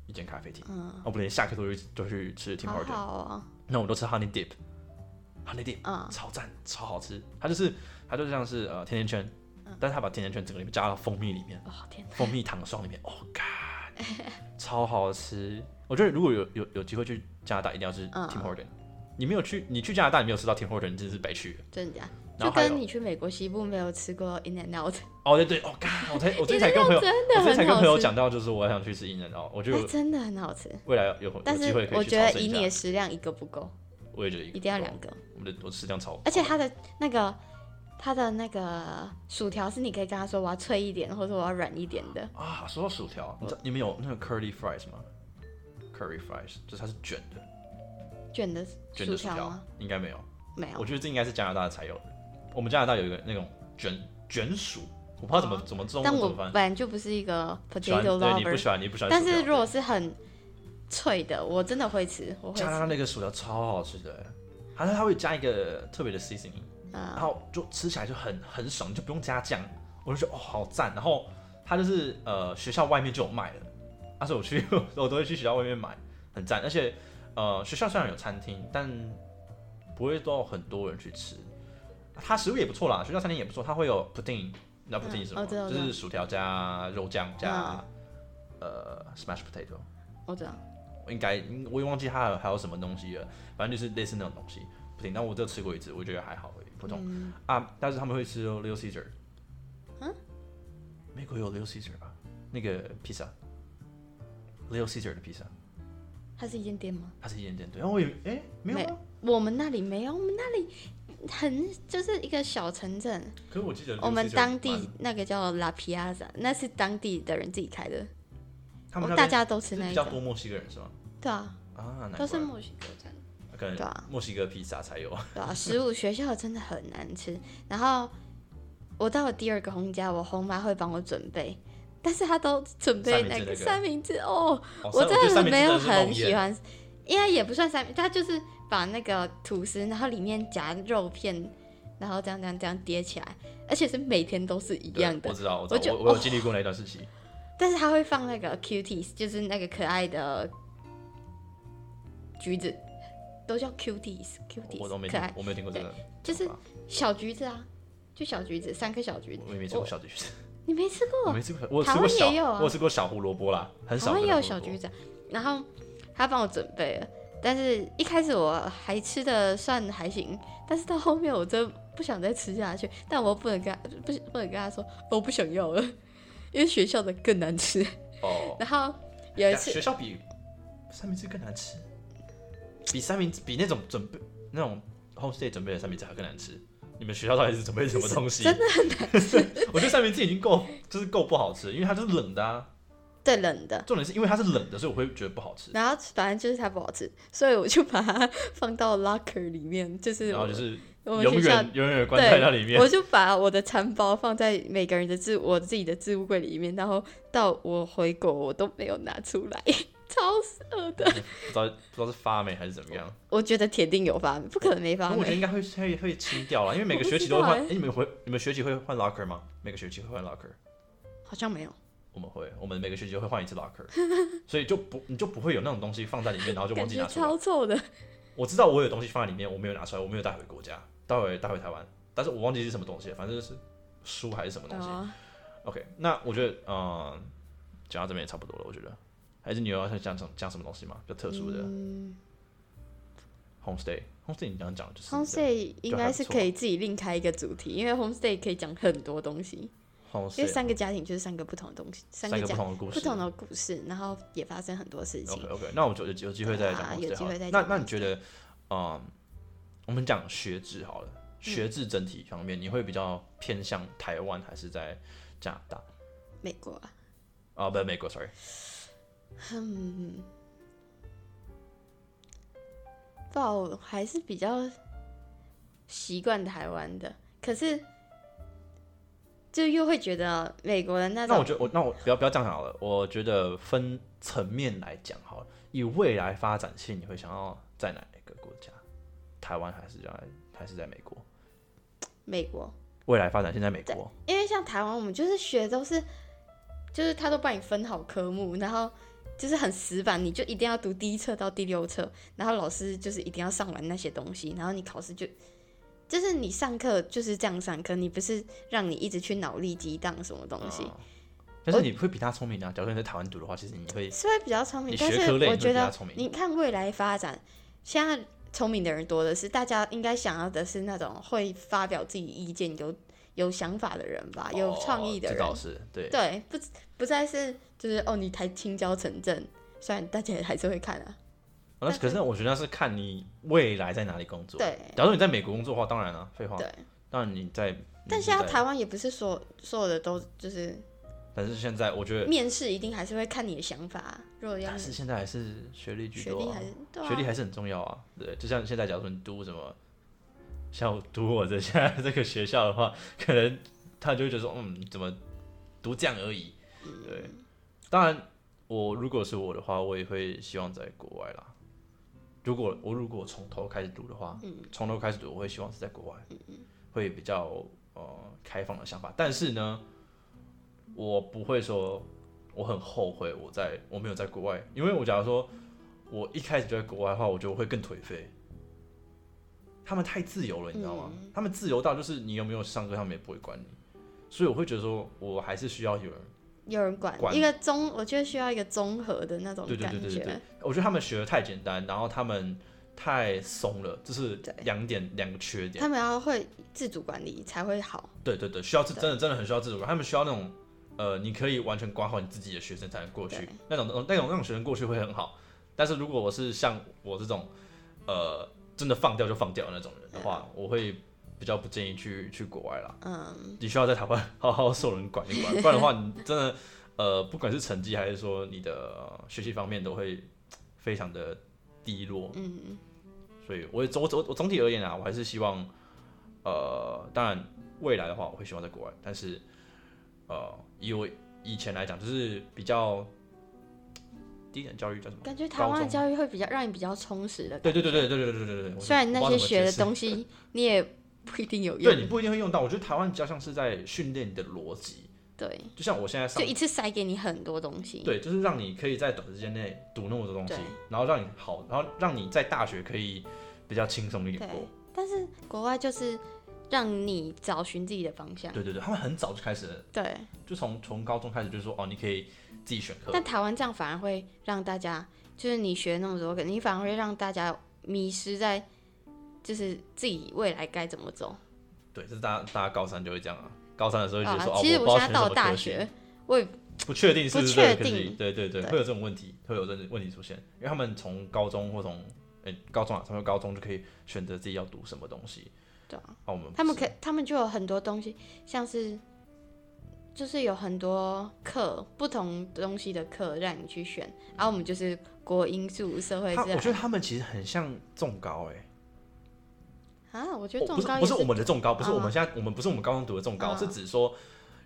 [SPEAKER 1] 一间咖啡厅。
[SPEAKER 2] 嗯
[SPEAKER 1] 我们连下课都去都去吃 Tim
[SPEAKER 2] 好
[SPEAKER 1] Hortons。
[SPEAKER 2] 好啊，
[SPEAKER 1] 那我都吃 honey dip，honey dip，
[SPEAKER 2] 嗯
[SPEAKER 1] 超赞，超好吃。它就是它就像是呃甜甜圈，
[SPEAKER 2] 嗯
[SPEAKER 1] 但是它把甜甜圈整个里面加到蜂蜜里面，
[SPEAKER 2] 哦天哪，
[SPEAKER 1] 蜂蜜糖霜里面，哦干， 超好吃。我觉得如果有有有机会去加拿大，一定要吃
[SPEAKER 2] 嗯
[SPEAKER 1] Tim Horton。你没有去，你去加拿大你没有吃到 Tim Horton，你真是白去了。
[SPEAKER 2] 真的假的？
[SPEAKER 1] 然后
[SPEAKER 2] 就
[SPEAKER 1] 还有
[SPEAKER 2] 跟你去美国西部没有吃过 In and Out，
[SPEAKER 1] 哦对对，哦干， 我 才我之前才跟朋友，
[SPEAKER 2] 真
[SPEAKER 1] 我
[SPEAKER 2] 的
[SPEAKER 1] 之前才
[SPEAKER 2] 很
[SPEAKER 1] 跟
[SPEAKER 2] 好
[SPEAKER 1] 朋友
[SPEAKER 2] 吃，
[SPEAKER 1] 讲到，就是我很想去吃伊人哦，我就
[SPEAKER 2] 哎真的很好吃。
[SPEAKER 1] 未来有有
[SPEAKER 2] 但
[SPEAKER 1] 机
[SPEAKER 2] 是
[SPEAKER 1] 会可
[SPEAKER 2] 我
[SPEAKER 1] 以去
[SPEAKER 2] 觉
[SPEAKER 1] 朝
[SPEAKER 2] 得
[SPEAKER 1] 圣
[SPEAKER 2] 以
[SPEAKER 1] 一
[SPEAKER 2] 你
[SPEAKER 1] 下。
[SPEAKER 2] 的食量一个不够，
[SPEAKER 1] 我也觉得
[SPEAKER 2] 一定要
[SPEAKER 1] 不够
[SPEAKER 2] 两，个。
[SPEAKER 1] 我们的我吃量超，
[SPEAKER 2] 而且它的那个它的那个薯条是你可以跟他说我要脆一点，或者我要软一点的。
[SPEAKER 1] 啊，说到薯条，你知道你们有那个 curly fries 吗？curly fries 就是它是卷的，
[SPEAKER 2] 卷的
[SPEAKER 1] 卷的
[SPEAKER 2] 薯
[SPEAKER 1] 薯
[SPEAKER 2] 条
[SPEAKER 1] 条
[SPEAKER 2] 吗？
[SPEAKER 1] 应该没有，
[SPEAKER 2] 没
[SPEAKER 1] 我
[SPEAKER 2] 有，
[SPEAKER 1] 觉得这应该是加拿大才有的。我们加拿大有一个那种卷卷薯，我不知道怎么怎么中
[SPEAKER 2] 哦但
[SPEAKER 1] 文怎
[SPEAKER 2] 我
[SPEAKER 1] 么翻
[SPEAKER 2] 本，来就不是一个
[SPEAKER 1] 喜欢
[SPEAKER 2] potato
[SPEAKER 1] 对你不
[SPEAKER 2] lover，
[SPEAKER 1] 喜欢你不喜欢
[SPEAKER 2] 但
[SPEAKER 1] 薯条，
[SPEAKER 2] 是如果是很脆的，我真的会吃，我会
[SPEAKER 1] 加拿大
[SPEAKER 2] 吃。
[SPEAKER 1] 那个薯条超好吃的，好像它会加一个特别的 seasoning，然
[SPEAKER 2] 啊，
[SPEAKER 1] 后就吃起来就很很爽，就不用加酱，我就觉得哦好赞。然后它就是呃学校外面就有卖了，但是我去 我都会去学校外面买，很赞。而且呃学校虽然有餐厅，但不会到很多人去吃。它食物也不错啦，学校餐厅也不错，它会有 pudding，你知道 pudding 是什么吗？
[SPEAKER 2] 哦知道
[SPEAKER 1] 就
[SPEAKER 2] 知道嗯
[SPEAKER 1] 是薯条加肉酱加、呃 smash potato。
[SPEAKER 2] 我知道。
[SPEAKER 1] 我应该我也忘记它还有还有什么东西了，反正就是类似那种东西。不停，但我只有吃过一次，我觉得还好而已，普通、啊。但是他们会吃 Little Caesar，
[SPEAKER 2] 嗯，
[SPEAKER 1] 美国有 Little Caesar 吧？那个披萨，Little Caesar 的披萨，
[SPEAKER 2] 它是一间店吗？
[SPEAKER 1] 它是一间店，对。然后我以为，哎、没有吗？
[SPEAKER 2] 我们那里没有，我们那里很就是一个小城镇，
[SPEAKER 1] 可是我记得
[SPEAKER 2] 我们
[SPEAKER 1] Lucy 就
[SPEAKER 2] 当地
[SPEAKER 1] 蛮
[SPEAKER 2] 那个叫拉皮亚萨，那是当地的人自己开的，
[SPEAKER 1] 他们
[SPEAKER 2] 哦
[SPEAKER 1] 那
[SPEAKER 2] 大
[SPEAKER 1] 边
[SPEAKER 2] 家都
[SPEAKER 1] 是
[SPEAKER 2] 吃那
[SPEAKER 1] 比
[SPEAKER 2] 一
[SPEAKER 1] 较多
[SPEAKER 2] 种，
[SPEAKER 1] 墨西哥人是吗？
[SPEAKER 2] 对啊，
[SPEAKER 1] 啊，难怪
[SPEAKER 2] 都是墨西哥餐。
[SPEAKER 1] 可能
[SPEAKER 2] 对啊
[SPEAKER 1] 墨西哥披萨才有。
[SPEAKER 2] 对啊，食物学校真的很难吃。然后我到了第二个红家，我红妈会帮我准备，但是她都准备那个
[SPEAKER 1] 三
[SPEAKER 2] 三明治哦，
[SPEAKER 1] 哦
[SPEAKER 2] 我
[SPEAKER 1] 三觉得
[SPEAKER 2] 真的
[SPEAKER 1] 三明治
[SPEAKER 2] 没有
[SPEAKER 1] 是梦
[SPEAKER 2] 很喜
[SPEAKER 1] 魇
[SPEAKER 2] 欢，应该也不算三明，它就是把那个吐司，然后里面夹肉片，然后这样这样这样叠起来，而且是每天都是一
[SPEAKER 1] 对
[SPEAKER 2] 样
[SPEAKER 1] 我
[SPEAKER 2] 的。
[SPEAKER 1] 知道，我
[SPEAKER 2] 我
[SPEAKER 1] 知
[SPEAKER 2] 觉
[SPEAKER 1] 道，
[SPEAKER 2] 得
[SPEAKER 1] 我我有经历过那一段时期。
[SPEAKER 2] 但是她会放那个 cuties，就是那个可爱的橘子，都叫 cuties，cuties，
[SPEAKER 1] 我都没
[SPEAKER 2] 可
[SPEAKER 1] 听
[SPEAKER 2] 爱，，
[SPEAKER 1] 我没有听过这个，
[SPEAKER 2] 就是
[SPEAKER 1] 好吧
[SPEAKER 2] 小橘子啊，就小橘子，三颗小橘子。
[SPEAKER 1] 我也没吃过小 橘子，
[SPEAKER 2] 你没吃
[SPEAKER 1] 我
[SPEAKER 2] 过？
[SPEAKER 1] 没吃过小，我有吃
[SPEAKER 2] 嗯哦台
[SPEAKER 1] 过
[SPEAKER 2] 湾
[SPEAKER 1] 小，
[SPEAKER 2] 也有啊
[SPEAKER 1] 我有吃过小胡萝卜啦，很
[SPEAKER 2] 台
[SPEAKER 1] 少。
[SPEAKER 2] 湾也有小橘，子啊、然后他帮我准备了，但是一开始我还吃的算还行，但是到后面我真不想再吃下去，但我不能跟他不不能跟他说我不想要了， 因为学校的更难吃。
[SPEAKER 1] 哦，
[SPEAKER 2] 然后有一次
[SPEAKER 1] 学校比三明治更难吃，比三明治比那种准备那种 homestay 准备的三明治还更难吃。你们学校到底是准备什么东西？
[SPEAKER 2] 真
[SPEAKER 1] 的很难 吃。我觉得三明治已经够，就是够不好吃，因为它就是冷的啊。
[SPEAKER 2] 对冷的，
[SPEAKER 1] 重点是因为它是冷的，所以我会觉得不好吃。
[SPEAKER 2] 然后反正就是它不好吃，所以我就把它放到 locker 里面，就是
[SPEAKER 1] 然后
[SPEAKER 2] 我
[SPEAKER 1] 就是
[SPEAKER 2] 我们
[SPEAKER 1] 永
[SPEAKER 2] 学校
[SPEAKER 1] 远永远关
[SPEAKER 2] 对，
[SPEAKER 1] 在那里面
[SPEAKER 2] 我。就把我的餐包放在每个人的置我自己的置物柜里面，然后到我回国我都没有拿出来，超恶的。
[SPEAKER 1] 不知道不知道是发霉还是怎么样，
[SPEAKER 2] 我觉得铁定有发霉，不可能没
[SPEAKER 1] 可
[SPEAKER 2] 发
[SPEAKER 1] 我觉得
[SPEAKER 2] 霉。
[SPEAKER 1] 应该会会会清掉了，因为每个
[SPEAKER 2] 我不
[SPEAKER 1] 学期
[SPEAKER 2] 知
[SPEAKER 1] 都会
[SPEAKER 2] 道
[SPEAKER 1] 换。哎、
[SPEAKER 2] 欸
[SPEAKER 1] 你们会你们学期会换 locker 吗？每个学期会换 locker，
[SPEAKER 2] 好像没有，
[SPEAKER 1] 我们会，我们每个学期会换一次 locker，所以就不你就不会有那种东西放在里面，然后就忘
[SPEAKER 2] 感
[SPEAKER 1] 记
[SPEAKER 2] 觉
[SPEAKER 1] 拿出来。
[SPEAKER 2] 超臭的。
[SPEAKER 1] 我知道我有东西放在里面，我没有拿出来，我没有带回国家，带回带回台湾，但是我忘记是什么东西了，反正就是书还是什么东西。
[SPEAKER 2] 哦，
[SPEAKER 1] OK，那我觉得嗯，讲、到这边也差不多了，我觉得。还是你有要想讲什么讲什么东西吗？比较特殊的、
[SPEAKER 2] 嗯
[SPEAKER 1] homestay，homestay 你刚刚讲的就是
[SPEAKER 2] ，homestay 应该是
[SPEAKER 1] 就还不错
[SPEAKER 2] 可以自己另开一个主题，因为 homestay 可以讲很多东西，因
[SPEAKER 1] homestay
[SPEAKER 2] 为三个家庭就是三个不同的东西，三
[SPEAKER 1] 哦三
[SPEAKER 2] 家
[SPEAKER 1] 不同的故事，哦
[SPEAKER 2] 不同的故事，然后也发生很多事情
[SPEAKER 1] OK。OK，那我就有有机会再
[SPEAKER 2] 对啊
[SPEAKER 1] 讲。
[SPEAKER 2] 有机会再
[SPEAKER 1] 那
[SPEAKER 2] 讲
[SPEAKER 1] 那你觉得，嗯，我们讲学制好了，
[SPEAKER 2] 嗯
[SPEAKER 1] 学制整体方面，你会比较偏向台湾还是在加拿大？
[SPEAKER 2] 美国啊，
[SPEAKER 1] 啊，不，美国，sorry，
[SPEAKER 2] 嗯，不然我还是比较习惯台湾的，可是就又会觉得美国的那
[SPEAKER 1] 那我
[SPEAKER 2] 种
[SPEAKER 1] 觉得我那我不要不要这样好了，我觉得分层面来讲好了，以未来发展性，你会想要在哪一个国家？台湾还是在还是在美国？
[SPEAKER 2] 美国，
[SPEAKER 1] 未来发展性在美国，
[SPEAKER 2] 因为像台湾，我们就是学都是，就是他都帮你分好科目，然后就是很死板，你就一定要读第一册到第六册，然后老师就是一定要上完那些东西，然后你考试就。就是你上课就是这样上课，你不是让你一直去脑力激荡什么东西，
[SPEAKER 1] 嗯但是你会比他聪明啊。假如你在台湾读的话，其实你会
[SPEAKER 2] 是会比较聪明
[SPEAKER 1] 你，
[SPEAKER 2] 但
[SPEAKER 1] 学
[SPEAKER 2] 是
[SPEAKER 1] 科类
[SPEAKER 2] 我
[SPEAKER 1] 你会
[SPEAKER 2] 觉
[SPEAKER 1] 比较
[SPEAKER 2] 得
[SPEAKER 1] 聪明
[SPEAKER 2] 你看未来发展，现在聪明的人多的是，大家应该想要的是那种会发表自己意见、有有想法的人吧，有创意的
[SPEAKER 1] 哦这
[SPEAKER 2] 人。
[SPEAKER 1] 倒是对。
[SPEAKER 2] 对，不不再是就是哦，你台青椒城镇，虽然大家也还是会看啊，
[SPEAKER 1] 哦那
[SPEAKER 2] 但
[SPEAKER 1] 可是我觉得那是看你未来在哪里工作。，
[SPEAKER 2] 对
[SPEAKER 1] 假如你在美国工作的话，当然了、废话。
[SPEAKER 2] 对。
[SPEAKER 1] 当然你在，
[SPEAKER 2] 但
[SPEAKER 1] 你
[SPEAKER 2] 现在
[SPEAKER 1] 在
[SPEAKER 2] 台湾也不是所所有的都就是
[SPEAKER 1] 但是现在我觉得，
[SPEAKER 2] 面试，一定还是会看你的想法啊、如果要
[SPEAKER 1] 但是现在还是学历居
[SPEAKER 2] 学
[SPEAKER 1] 多、
[SPEAKER 2] 历
[SPEAKER 1] 啊
[SPEAKER 2] 还，是对
[SPEAKER 1] 学历
[SPEAKER 2] 啊，
[SPEAKER 1] 还是很重要啊。对，就像现在，假如说你读什么，像我读我的现在这个学校的话，可能他就会觉得说，嗯，怎么读这样而已。对，当然，
[SPEAKER 2] 嗯
[SPEAKER 1] 我如果是我的话，我也会希望在国外啦。如果我如果从头开始读的话，从、头开始读，我会希望是在国外，会比较呃开放的想法。但是呢，我不会说我很后悔我在我没有在国外，因为我假如说我一开始就在国外的话，我觉得我会更颓废。他们太自由了，你知道吗？他们自由到就是你有没有上课，他们也不会管你。所以我会觉得说，我还是需要有人
[SPEAKER 2] 有人管
[SPEAKER 1] 管
[SPEAKER 2] 一个综，我觉得需要一个综合的那种
[SPEAKER 1] 对对
[SPEAKER 2] 感
[SPEAKER 1] 对对对对
[SPEAKER 2] 觉。，
[SPEAKER 1] 我觉得他们学的太简单，然后他们太松了，这是
[SPEAKER 2] 对
[SPEAKER 1] 两点两个缺点。
[SPEAKER 2] 他们要会自主管理才会好。
[SPEAKER 1] 对对对，需要自真的真的很需要自主管，他们需要那种呃，你可以完全管好你自己的学生才能过去
[SPEAKER 2] 对，
[SPEAKER 1] 那种那种那种那种学生过去会很好。但是如果我是像我这种，呃，真的放掉就放掉的那种人的话，我会比较不建议去去国外啦。
[SPEAKER 2] 嗯，
[SPEAKER 1] 你需要在台湾 好好受人管一管，不然的话，你真的呃，不管是成绩还是说你的、呃学习方面，都会非常的低落。嗯，所以我也总我总我总体而言啊，我还是希望，呃，当然未来的话，我会希望在国外，但是呃，以我以前来讲，就是比较低等教育叫什么？
[SPEAKER 2] 感觉台湾的
[SPEAKER 1] 育。
[SPEAKER 2] 教育会比较让你比较充实的。
[SPEAKER 1] 对对对对对对对对对对。
[SPEAKER 2] 虽然那些学的
[SPEAKER 1] 西，
[SPEAKER 2] 东西你也不一定有
[SPEAKER 1] 对你
[SPEAKER 2] 用，
[SPEAKER 1] 不一定会用到，我觉得台湾比较像是在训练你的逻辑，
[SPEAKER 2] 对，
[SPEAKER 1] 就像我现在上
[SPEAKER 2] 就一次塞给你很多东西。
[SPEAKER 1] 对，就是让你可以在短时间内读那么多东西
[SPEAKER 2] 对，
[SPEAKER 1] 然后让你好，然后让你在大学可以比较轻松一点过
[SPEAKER 2] 对。但是国外就是让你找寻自己的方向。
[SPEAKER 1] 对对对，他们很早就开始了，
[SPEAKER 2] 对，
[SPEAKER 1] 就从从高中开始就说哦，你可以自己选课。
[SPEAKER 2] 但台湾这样反而会让大家，就是你学那么多，可能你反而会让大家迷失在，就是自己未来该怎么走。
[SPEAKER 1] 对，这是大家大家高三就会这样啊，高三的时候就觉得
[SPEAKER 2] 啊
[SPEAKER 1] 说、哦，
[SPEAKER 2] 其实
[SPEAKER 1] 我不
[SPEAKER 2] 现
[SPEAKER 1] 知道选什
[SPEAKER 2] 在到
[SPEAKER 1] 么
[SPEAKER 2] 了大
[SPEAKER 1] 科系
[SPEAKER 2] 学，我也
[SPEAKER 1] 不确定是不是
[SPEAKER 2] 不确
[SPEAKER 1] 这个科系
[SPEAKER 2] 定
[SPEAKER 1] 对对对，
[SPEAKER 2] 对
[SPEAKER 1] 会有这种问题，会有这种问题出现，因为他们从高中或从诶、高中啊，从高中就可以选择自己要读什么东西。
[SPEAKER 2] 对啊
[SPEAKER 1] 啊，我们不
[SPEAKER 2] 他们
[SPEAKER 1] 是
[SPEAKER 2] 可他们就有很多东西，像是就是有很多课，不同东西的课让你去选，然后我们就是国英数社会
[SPEAKER 1] 他，
[SPEAKER 2] 这
[SPEAKER 1] 啊我觉得
[SPEAKER 2] 样
[SPEAKER 1] 他们其实很像重高哎、
[SPEAKER 2] 啊，我觉得
[SPEAKER 1] 哦不
[SPEAKER 2] 这种
[SPEAKER 1] 是
[SPEAKER 2] 高也
[SPEAKER 1] 不是我们的重高，不是
[SPEAKER 2] 啊
[SPEAKER 1] 我们现在我们不是我们高中读的重高，
[SPEAKER 2] 啊
[SPEAKER 1] 是指说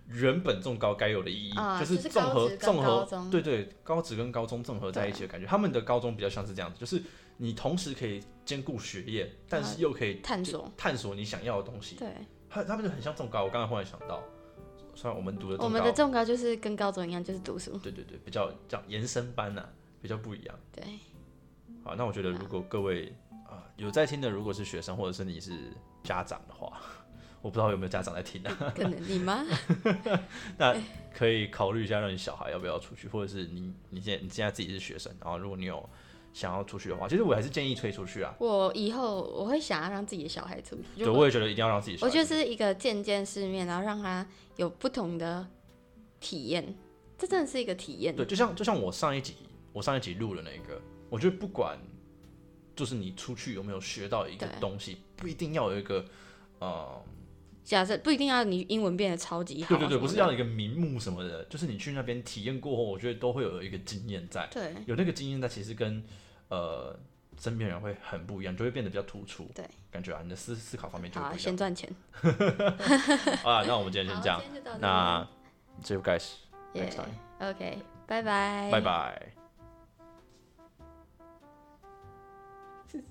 [SPEAKER 1] 原本重高该有的意义，
[SPEAKER 2] 啊
[SPEAKER 1] 是
[SPEAKER 2] 就是
[SPEAKER 1] 综
[SPEAKER 2] 高
[SPEAKER 1] 合
[SPEAKER 2] 职跟
[SPEAKER 1] 综合
[SPEAKER 2] 高中
[SPEAKER 1] 对对高职跟高中综合在一起的感觉。他们的高中比较像是这样子，就是你同时可以兼顾学业，但
[SPEAKER 2] 嗯
[SPEAKER 1] 是又可以
[SPEAKER 2] 探索，
[SPEAKER 1] 探索你想要的东西。
[SPEAKER 2] 对，
[SPEAKER 1] 他他们就很像重高，我刚才忽然想到，虽然我们读的
[SPEAKER 2] 我
[SPEAKER 1] 重
[SPEAKER 2] 们的
[SPEAKER 1] 高，
[SPEAKER 2] 重高就是跟高中一样，就是读书，
[SPEAKER 1] 对对对，比较这样延伸班呐、啊比较不一样。
[SPEAKER 2] 对，
[SPEAKER 1] 好，那我觉得如果各位啊、有在听的，如果是学生或者是你是家长的话，我不知道有没有家长在听啊。
[SPEAKER 2] 可能你吗？
[SPEAKER 1] 可以考虑一下，让你小孩要不要出去，或者是你你现在你现在自己是学生，然后如果你有想要出去的话，其实我还是建议推出去啊。
[SPEAKER 2] 我以后我会想要让自己的小孩出去，
[SPEAKER 1] 对，
[SPEAKER 2] 如果
[SPEAKER 1] 我也觉得一定要让自己小
[SPEAKER 2] 我
[SPEAKER 1] 孩出去。
[SPEAKER 2] 觉得是一个见见世面，然后让他有不同的体验，这真的是一个体验。
[SPEAKER 1] 对，就像就像我上一集我上一集录的那个，我觉得不管就是你出去有没有学到一个
[SPEAKER 2] 对
[SPEAKER 1] 东西，不一定要有一个呃，
[SPEAKER 2] 假设不一定要你英文变得超级
[SPEAKER 1] 对
[SPEAKER 2] 好啊什么
[SPEAKER 1] 对
[SPEAKER 2] 的，
[SPEAKER 1] 对，不是要一个名目什么的，就是你去那边体验过后，我觉得都会有一个经验在，
[SPEAKER 2] 对
[SPEAKER 1] 有那个经验在，其实跟呃身边人会很不一样，就会变得比较突出。
[SPEAKER 2] 对，
[SPEAKER 1] 感觉啊，你的思思考方面就会
[SPEAKER 2] 好啊，
[SPEAKER 1] 不一样。
[SPEAKER 2] 先赚钱。
[SPEAKER 1] 好啦，那我们今天
[SPEAKER 2] 好，
[SPEAKER 1] 先这样。
[SPEAKER 2] 今天就到这
[SPEAKER 1] 那
[SPEAKER 2] 边，
[SPEAKER 1] 这就 guys，next
[SPEAKER 2] Yeah
[SPEAKER 1] time，
[SPEAKER 2] OK，拜拜，
[SPEAKER 1] 拜。拜。